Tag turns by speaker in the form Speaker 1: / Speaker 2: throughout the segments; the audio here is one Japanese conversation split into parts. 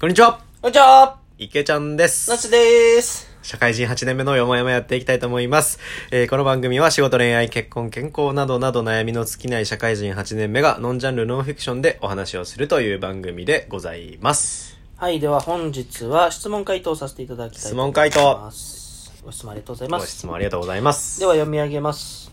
Speaker 1: こんにちは
Speaker 2: こんにちは
Speaker 1: 池ちゃんで
Speaker 2: な
Speaker 1: す。
Speaker 2: つです
Speaker 1: 社会人8年目のよもやもやっていきたいと思います。えーこの番組は仕事、恋愛、結婚、健康などなど悩みの尽きない社会人8年目がノンジャンルノンフィクションでお話をするという番組でございます。
Speaker 2: はい、では本日は質問回答させていただきたい
Speaker 1: 質
Speaker 2: と思い
Speaker 1: 問回答
Speaker 2: ま、す。ご質問ありがとうござい
Speaker 1: ご
Speaker 2: ます。
Speaker 1: 質問ありがとうございます。
Speaker 2: では読み上げます。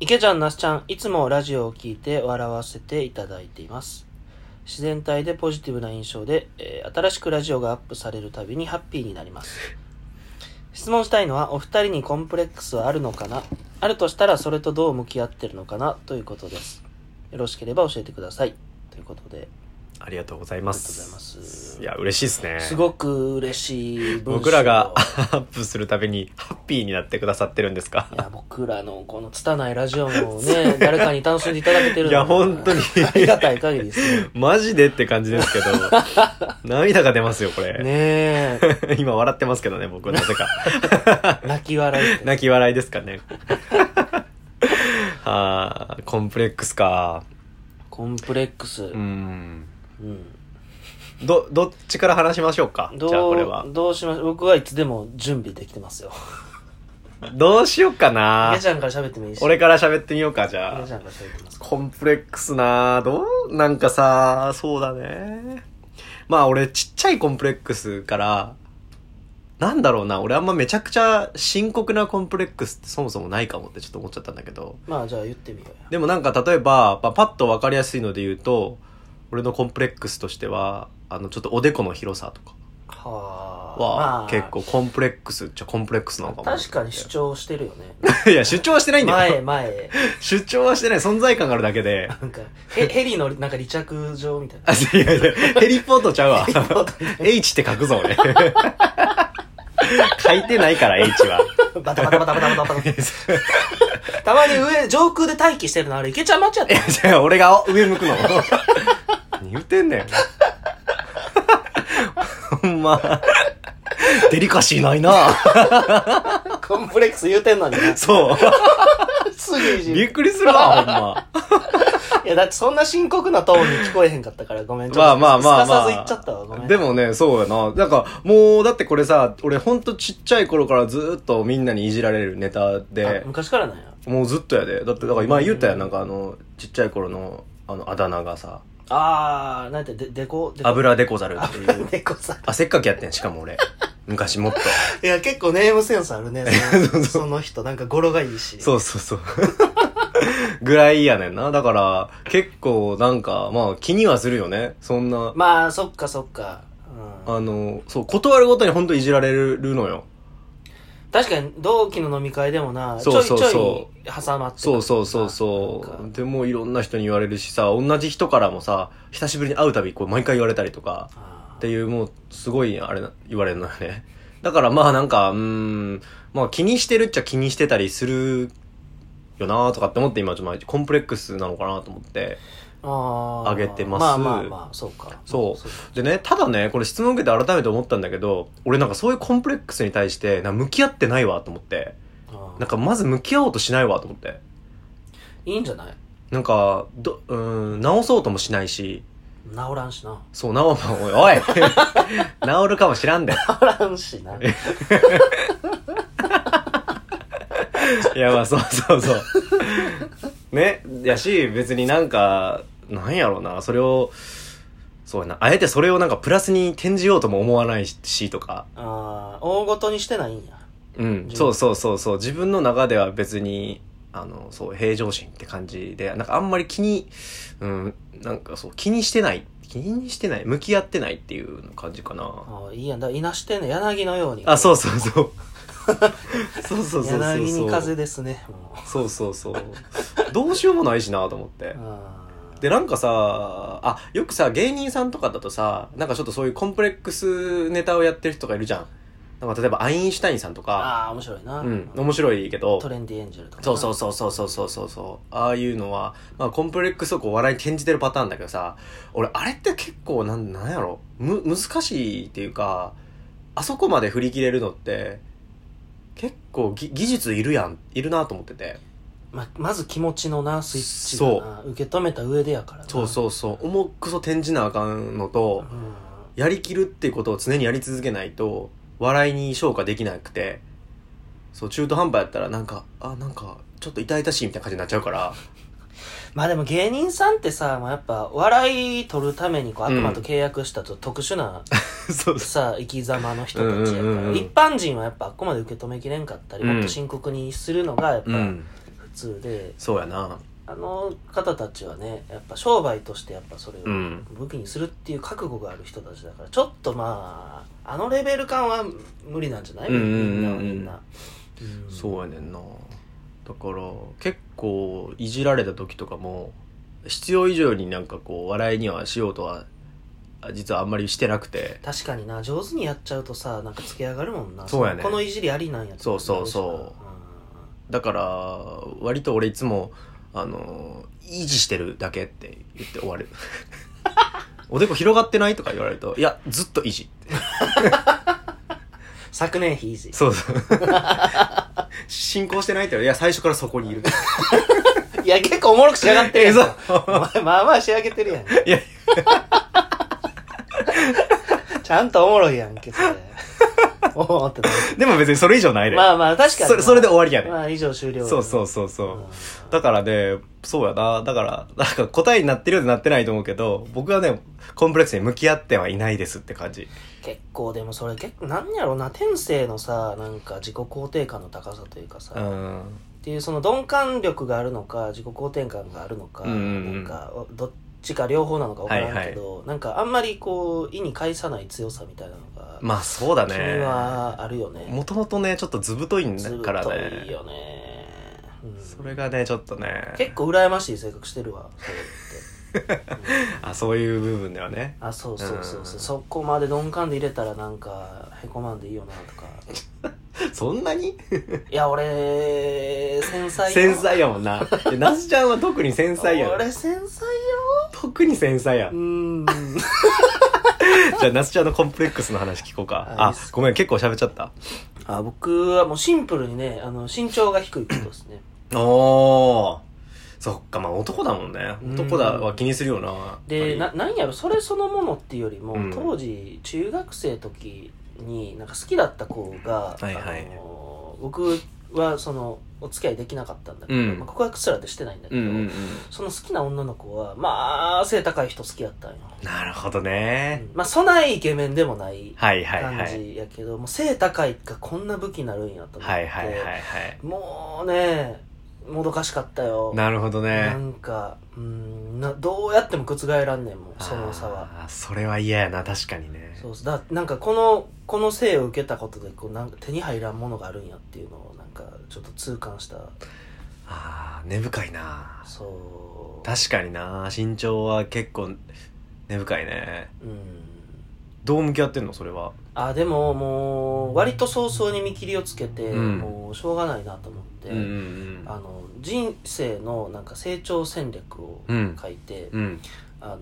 Speaker 2: 池ちゃん、なすちゃん、いつもラジオを聞いて笑わせていただいています。自然体でポジティブな印象で、えー新しくラジオがアップされるたびにハッピーになります。質問したいのは、お二人にコンプレックスはあるのかなあるとしたら、それとどう向き合ってるのかなということです。よろしければ教えてください。ということで、
Speaker 1: ありがとうございます。
Speaker 2: ありがとうございます
Speaker 1: や、嬉しいですね。
Speaker 2: すごく嬉しい文章
Speaker 1: 僕らがアップするたびにハッピーになってくださってるんですか
Speaker 2: いや、僕らのこの拙いラジオもね、 誰かに楽しんでいただけてるの
Speaker 1: いや本当に
Speaker 2: ありがたい限りです ね。
Speaker 1: マジでって感じですけど、涙が出ますよ、これ。
Speaker 2: ね
Speaker 1: 今笑ってますけどね、僕はなぜか。
Speaker 2: え、泣き笑いっ て。
Speaker 1: 泣き笑いですかね。はあ、コンプレックスか。
Speaker 2: コンプレックス。
Speaker 1: う
Speaker 2: うん。
Speaker 1: ん。ど、どっちから話しましょうか。じゃあこれ
Speaker 2: ど
Speaker 1: は
Speaker 2: う、。どうしましょう。僕はいつでも準備できてますよ。
Speaker 1: どうしようかな
Speaker 2: ゲ。ちゃんから喋ってもいいし。
Speaker 1: 俺から喋ってみようか、じゃ
Speaker 2: ゲ
Speaker 1: あ
Speaker 2: ち。ゃんから喋ってます。
Speaker 1: コンプレックスなどうなんかさ、そうだね。まあ俺ちっちゃいコンプレックスから、なんだろうな、俺あんまめちゃくちゃ深刻なコンプレックスってそもそもないかもってちょっと思っちゃったんだけど。
Speaker 2: まあ、じゃあ言ってみようよ。
Speaker 1: でもなんか例えば、まあ、パッとわかりやすいので言うと、俺のコンプレックスとしては、あの、ちょっとおでこの広さとか
Speaker 2: はあ。ま
Speaker 1: は
Speaker 2: あ、、
Speaker 1: 結構コンプレックスっちゃコンプレックスなのかも。
Speaker 2: 確かに主張してるよね。
Speaker 1: いや、主張はしてないんだ
Speaker 2: 前
Speaker 1: よ。
Speaker 2: へ前へ。
Speaker 1: 主張はしてない。存在感があるだけで。
Speaker 2: なんか、ヘヘリのなんか離着場みたいな
Speaker 1: あ、。いやいや、ヘリポートちゃうわ。H って書くぞ、俺。 書いてないから、H は。
Speaker 2: バタバタバタバタバタバタ。たまに上、上空で待機してるのあれ、いけちゃん待っちゃった。
Speaker 1: じゃあ、俺が上向くの。何言ってんねん。ほんま。デリカシーないな
Speaker 2: コンプレックス言うてん のにな。
Speaker 1: そう。
Speaker 2: すぐいじ
Speaker 1: びっ
Speaker 2: る。
Speaker 1: くりするわ、ほんま。
Speaker 2: いや、だってそんな深刻なトーンに聞こえへんかったから、ごめん。ちょっ
Speaker 1: まあ
Speaker 2: と
Speaker 1: まあまあ
Speaker 2: すかさず
Speaker 1: ま
Speaker 2: 言っちゃったわ、ごめ
Speaker 1: あ。
Speaker 2: ん。
Speaker 1: でもね、そうやな。なんか、もう、だってこれさ、俺ほんとちっちゃい頃からずーっとみんなにいじられるネタ
Speaker 2: あ
Speaker 1: で、
Speaker 2: 昔からなんや。
Speaker 1: もうずっとやで。だって、だから今言ったやん、なんかあの、ちっちゃい頃の、あの、あだ名がさ、
Speaker 2: あー、なんて、で、でこ、でこ。
Speaker 1: 油でこざるっていう。
Speaker 2: でこさ。
Speaker 1: あ、せっかくやってん、しかも俺。昔もっと。
Speaker 2: いや、結構ネームセンスあ るね。その その人、なんか語呂がいいし。
Speaker 1: そうそう そう。ぐらいやねんな。だから、結構なんか、まあ気にはするよね。そんな、
Speaker 2: まあ、そっかそっか。うん
Speaker 1: あの、そう、断るごとに本当いじられるのよ。
Speaker 2: 確かに、同期の飲み会でもな、ち
Speaker 1: そ
Speaker 2: ょ
Speaker 1: う
Speaker 2: いち
Speaker 1: そう
Speaker 2: ょ
Speaker 1: そ
Speaker 2: い挟まって
Speaker 1: そうそうそうそ
Speaker 2: なん
Speaker 1: う。
Speaker 2: か
Speaker 1: でもいろんな人に言われるしさ、同じ人からもさ、久しぶりに会うたび、こう毎回言われたりとか。
Speaker 2: あ
Speaker 1: っていうもうすごいあれな言われるのよねだからまあなんかうーんまあ気にしてるっちゃ気にしてたりするよなとかって思って今ちょっとコンプレックスなのかなと思って
Speaker 2: あー
Speaker 1: 上げてます
Speaker 2: まあまあまあ、そうか。
Speaker 1: そう
Speaker 2: か
Speaker 1: でねただねこれ質問受けて改めて思ったんだけど俺なんかそういうコンプレックスに対してなんか向き合ってないわと思って
Speaker 2: あー
Speaker 1: なんかまず向き合おうとしないわと思って
Speaker 2: いいんじゃない
Speaker 1: なんかどうーん直そうともしないし
Speaker 2: 治らんしな。
Speaker 1: そう直おいおい治るかもしらんで
Speaker 2: 治らんしな。
Speaker 1: いや、まあ、そうそうそう。ね。やし、別になんか、なんやろうな、それを、そうやな、あえてそれをなんかプラスに転じようとも思わないし、とか。
Speaker 2: ああ、大ごとにしてないんや。
Speaker 1: うん。
Speaker 2: 自分
Speaker 1: そうそうそうそう。自分の中では別に、あの、そう、平常心って感じで、なんかあんまり気に、うん、なんかそう、気にしてない。気にしてない。向き合ってないっていう感じかな。
Speaker 2: ああ、いいやん。だからいなしてんね柳のように。
Speaker 1: あ、そうそうそう。そうそうそうそうそう。
Speaker 2: 柳に風ですね。もう
Speaker 1: そうそうそう。どうしようもないしなと思って。
Speaker 2: あー
Speaker 1: でなんかさあよくさ芸人さんとかだとさなんかちょっとそういうコンプレックスネタをやってる人がいるじゃんなんか例えばアインシュタインさんとか
Speaker 2: あー、面白いな。
Speaker 1: うん面白いけど
Speaker 2: トレンディエンジェルとか。
Speaker 1: そうそうそうそうそうそうそうそうああいうのは、まあ、コンプレックスをこう笑いに転じてるパターンだけどさ俺あれって結構なんなんやろむ難しいっていうかあそこまで振り切れるのって結構ぎ技術いるやんいるなと思ってて
Speaker 2: ま、まず気持ちのな、スイッチがな。受け止めた上でやからな。
Speaker 1: そうそうそう重くそ転じなあかんのと、
Speaker 2: うん。
Speaker 1: やりきるっていうことを常にやり続けないと、笑いに昇華できなくて、そう、中途半端やったらなんか、あ、なんか、ちょっと痛々しいみたいな感じになっちゃうから、
Speaker 2: まあでも芸人さんってさ、まあ、やっぱ笑い取るためにこう悪魔と契約したと特殊な
Speaker 1: そう
Speaker 2: さ、生き様の人たちや
Speaker 1: うんうん
Speaker 2: か
Speaker 1: うんう
Speaker 2: ら、
Speaker 1: ん
Speaker 2: 一般人はやっぱあっこまで受け止めきれんかったり、
Speaker 1: うん
Speaker 2: もっと深刻にするのがやっぱ
Speaker 1: うん。
Speaker 2: 普通で、
Speaker 1: そうやな。
Speaker 2: あの方たちはね、やっぱ商売としてやっぱそれを
Speaker 1: うん
Speaker 2: 武器にするっていう覚悟がある人たちだから、ちょっとまあ、あのレベル感は無理なんじゃない
Speaker 1: うん
Speaker 2: み
Speaker 1: うんうんうん
Speaker 2: んなはみんな。うん
Speaker 1: そうやねんな。だから、結構、いじられた時とかも、必要以上になんかこう、笑いにはしようとは、あ実はあんまりしてなくて、
Speaker 2: 確かにな上手にやっちゃうとさなんかつけ上がるもんな
Speaker 1: そうやね
Speaker 2: このいじりありなんや
Speaker 1: そうそうそだから、割と俺いつも、あの、維持してるだけって言って終わる。おでこ広がってないとか言われると、いや、ずっと維持って。
Speaker 2: う昨年比維持
Speaker 1: そうそう。進行してないって言われるいや、最初からそこにいる。
Speaker 2: いや結構おもろく仕上 がってるやん
Speaker 1: え
Speaker 2: お前まあまあ仕上げてるやん
Speaker 1: いや、
Speaker 2: ちゃんとおもろいやんけ それおおってな
Speaker 1: でも別にそれ以上ない
Speaker 2: る
Speaker 1: で。
Speaker 2: まあまあ確かに
Speaker 1: それそれで終わりやね
Speaker 2: まあ以上終了
Speaker 1: そうそう
Speaker 2: そ
Speaker 1: そうそう。だからね、そうやな。だから、なんか答えになってるようでなってないと思うけど、僕はね、コンプレックスに向き合ってはいないですって感じ。
Speaker 2: 結構でもそれ結構なんやろうな天性のさなんか自己肯定感の高さというかさ、
Speaker 1: う
Speaker 2: っ
Speaker 1: ん。
Speaker 2: ていうその鈍感力があるのか自己肯定感があるのか、
Speaker 1: うんうんうん
Speaker 2: なんかどっちか両方なのか分からんけど、なんかあんまりこう意に介さない強さみたいなのが、
Speaker 1: まあそうだ
Speaker 2: 君
Speaker 1: ね。
Speaker 2: はあるよね
Speaker 1: もともとね、ちょっとずぶといん
Speaker 2: ず
Speaker 1: だ
Speaker 2: っ
Speaker 1: から
Speaker 2: と
Speaker 1: ね。
Speaker 2: いいよね、うん
Speaker 1: それがね、ちょっとね。
Speaker 2: 結構羨ましい性格してるわそれ
Speaker 1: あ、そういう部分ではね。
Speaker 2: あそうそうそうそう、
Speaker 1: うん
Speaker 2: そこまで鈍感で入れたらなんかへこまんでいいよなと か
Speaker 1: そんなに
Speaker 2: いや俺繊細よ
Speaker 1: 繊細やもんな。でなすちゃんは特に繊細やん。
Speaker 2: 俺繊細よ
Speaker 1: 特に繊細や
Speaker 2: うー
Speaker 1: ん。
Speaker 2: ん
Speaker 1: じゃあ、なすちゃんのコンプレックスの話聞こうか。
Speaker 2: あいいっ
Speaker 1: あ
Speaker 2: す、
Speaker 1: ごめん、結構喋っちゃった。
Speaker 2: あ僕はもうシンプルにねあの身長が低いことですね
Speaker 1: おー。そっか、まあ男だもんね。
Speaker 2: うん
Speaker 1: 男だは気にするよな。や
Speaker 2: で
Speaker 1: っ
Speaker 2: な
Speaker 1: ぱ
Speaker 2: なんやろそれそのものっていうよりも、
Speaker 1: うん
Speaker 2: 当時中学生時になんか好きだった子が、
Speaker 1: はいはい
Speaker 2: あの僕はそのお付き合いできなかったんだけど、
Speaker 1: うん
Speaker 2: まあ、告白すらでしてないんだけ
Speaker 1: り。
Speaker 2: ど、
Speaker 1: うんうんうん。
Speaker 2: その好きな女の子はまあ背高い人好きやったんよ、
Speaker 1: なるほどね。
Speaker 2: まあそないイケメンでもない
Speaker 1: はいはいは
Speaker 2: 感
Speaker 1: い。
Speaker 2: じやけど、もう背高いがこんな武器になるんやと思って、
Speaker 1: はいはいはいはい。
Speaker 2: もうねもどかしかったよ
Speaker 1: なるほど
Speaker 2: な
Speaker 1: ね。
Speaker 2: んかうんなどうやっても覆らんねんもんその差は
Speaker 1: あー。それは嫌やな、確かにね。
Speaker 2: そうそうだなんかこのこの性を受けたことでこうなんか手に入らんものがあるんやっていうのをなんかちょっと痛感した
Speaker 1: ああ、根深いな。
Speaker 2: そう
Speaker 1: 確かにな。身長は結構、根深いね。
Speaker 2: うん
Speaker 1: どう向き合ってんのそれは。
Speaker 2: あでももう割と早々に見切りをつけて、
Speaker 1: うん
Speaker 2: もうしょうがないなと思って、
Speaker 1: うんうん
Speaker 2: あの人生のなんか成長戦略を
Speaker 1: うん
Speaker 2: 書いて、
Speaker 1: うん。うん。
Speaker 2: あの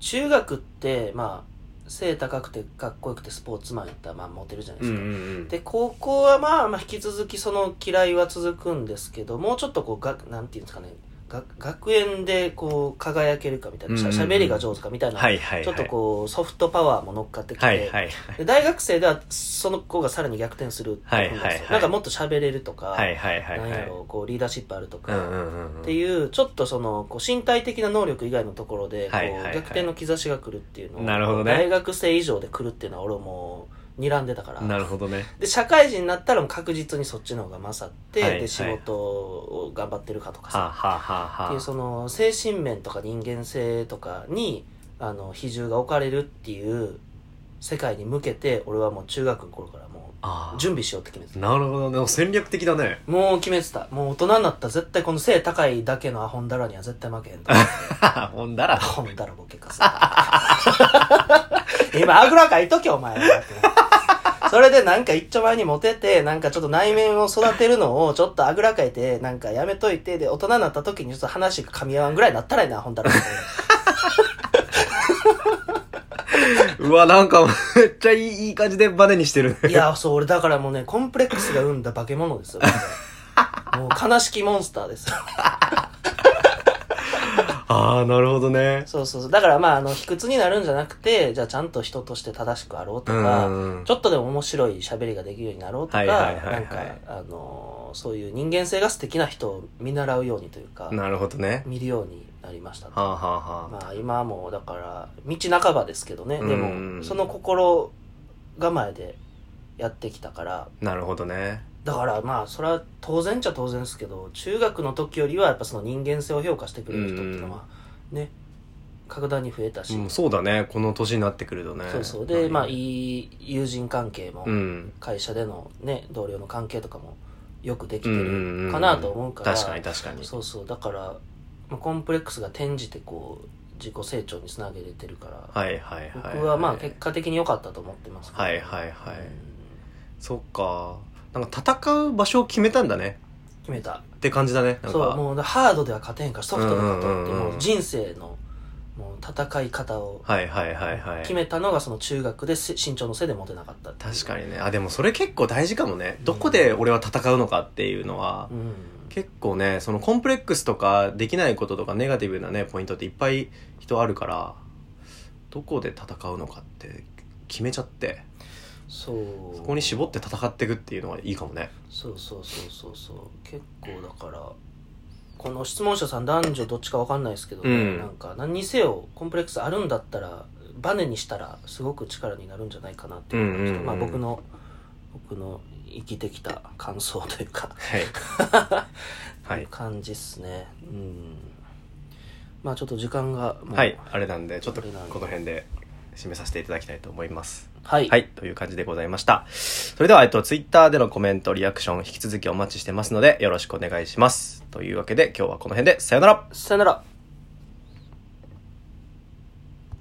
Speaker 2: 中学ってまあ背高くてかっこよくてスポーツマンやったらまあモテるじゃないで
Speaker 1: うんう
Speaker 2: すか、
Speaker 1: んうん。
Speaker 2: で高校はまあまあ引き続きその嫌いは続くんですけどもうちょっとこうがなんていうんですかねが学園でこう輝けるかみたいなし
Speaker 1: う
Speaker 2: ゃ
Speaker 1: んうんうん
Speaker 2: しゃべりが上手かみたいな、
Speaker 1: はいはいはい。
Speaker 2: ちょっとこうソフトパワーも乗っかってきて、
Speaker 1: はいはい
Speaker 2: で大学生ではその子がさらに逆転するってうことなんですよ
Speaker 1: はいはいはい
Speaker 2: なんかもっと喋れるとか、
Speaker 1: はいはいはい
Speaker 2: な
Speaker 1: は
Speaker 2: んや
Speaker 1: い。
Speaker 2: ろうこうリーダーシップあると
Speaker 1: う
Speaker 2: か、
Speaker 1: んうんうんうん。
Speaker 2: っていうちょっとそのこう身体的な能力以外のところでこう、
Speaker 1: はいはいはい
Speaker 2: 逆転の兆しが来るっていうのを
Speaker 1: なるほどね
Speaker 2: 大学生以上で来るっていうのは俺もう睨んでたから
Speaker 1: なるほどね。
Speaker 2: で社会人になったらもう確実にそっちの方が勝って、
Speaker 1: はいは
Speaker 2: で
Speaker 1: い
Speaker 2: 仕事を頑張ってるかとかさ、
Speaker 1: はあ、はあはあは
Speaker 2: っ
Speaker 1: あ、
Speaker 2: ていうその精神面とか人間性とかにあの比重が置かれるっていう世界に向けて俺はもう中学の頃からも
Speaker 1: あ
Speaker 2: う
Speaker 1: あ
Speaker 2: 準備しようって決めてた
Speaker 1: なるほどね。戦略的だ ね。
Speaker 2: もう決めてたもう大人になったら絶対この背高いだけのアホンダラには絶対負けへ んと
Speaker 1: ほんだら
Speaker 2: ア。ホンダラボケかさ 今あぐらかいとけお前はそれでなんか一丁前にモテてなんかちょっと内面を育てるのをちょっとあぐらかいてなんかやめといてで大人になった時にちょっと話が噛み合わんぐらいになったらいいなアホンダラボケ
Speaker 1: うわ、なんか、めっちゃいいいい感じでバネにしてるね。
Speaker 2: いや、そう、俺だからもうね、コンプレックスが生んだ化け物ですよ。僕はもう悲しきモンスターですよ。
Speaker 1: ああ、なるほどね。
Speaker 2: そうそうそう。だからまあ、あの、卑屈になるんじゃなくて、じゃあちゃんと人として正しくあろうと
Speaker 1: う
Speaker 2: か、
Speaker 1: ん。
Speaker 2: ちょっとでも面白い喋りができるようになろうとか、
Speaker 1: はいはいはいはい
Speaker 2: なんか、あのーそういう人間性が素敵な人を見習うようにというか、
Speaker 1: なるほどね。
Speaker 2: 見るようになりましたね。
Speaker 1: はあ、はあはあ、
Speaker 2: まあ今はもうだから、道半ばですけどね、で
Speaker 1: う
Speaker 2: も、
Speaker 1: ん
Speaker 2: その心構えでやってきたから、
Speaker 1: なるほどね。
Speaker 2: だからまあそれは当然っちゃ当然ですけど中学の時よりはやっぱその人間性を評価してくれる人っていうのはね格段に増えたし、
Speaker 1: うん、そうだね。この年になってくるとね。
Speaker 2: そうそうでまあ
Speaker 1: い。
Speaker 2: いい友人関係も
Speaker 1: うん。
Speaker 2: 会社でのね同僚の関係とかもよくできて
Speaker 1: うんうんうん
Speaker 2: るかなと思うから
Speaker 1: 確かに確かに。
Speaker 2: そうそうだから、まあ、コンプレックスが転じてこう自己成長につなげれてるから、
Speaker 1: はいはいはい、
Speaker 2: 僕はまあ結果的に良かったと思ってますけど
Speaker 1: はいはいはい
Speaker 2: うん
Speaker 1: そっか。なんか戦う場所を決めたんだね。
Speaker 2: 決めた
Speaker 1: って感じだね。なんか
Speaker 2: そうもうハードでは勝てへんからソフトで勝とうって、
Speaker 1: うんうんうんうん
Speaker 2: もう人生のもう戦い方を
Speaker 1: はいはいはいはい。
Speaker 2: 決めたのがその中学でせ身長のせいで持てなかったっていう
Speaker 1: 確かにね。あ、でもそれ結構大事かもね。どこで俺は戦うのかっていうのは、
Speaker 2: うん
Speaker 1: 結構ね、そのコンプレックスとかできないこととかネガティブなね、ポイントっていっぱい人あるから、どこで戦うのかって決めちゃって、
Speaker 2: そう
Speaker 1: そこに絞って戦っていくっていうのはいいかもね。
Speaker 2: そうそうそうそうそう結構だからこの質問者さん男女どっちか分かんないですけど、ね
Speaker 1: うん
Speaker 2: なんか何にせよコンプレックスあるんだったらバネにしたらすごく力になるんじゃないかなっていうのがちょっと
Speaker 1: うんうんうん
Speaker 2: まあ僕の僕の生きてきた感想というか
Speaker 1: はい。はい。
Speaker 2: 感じっすねうんまあちょっと時間が もう
Speaker 1: はい。あれなんで、ちょっと
Speaker 2: あれなんで
Speaker 1: この辺で締めさせていただきたいと思います。
Speaker 2: はい、
Speaker 1: はい、という感じでございました。それでは、えっと、ツイッターでのコメント、リアクション、引き続きお待ちしてますので、よろしくお願いします。というわけで、今日はこの辺で、さよなら
Speaker 2: さよなら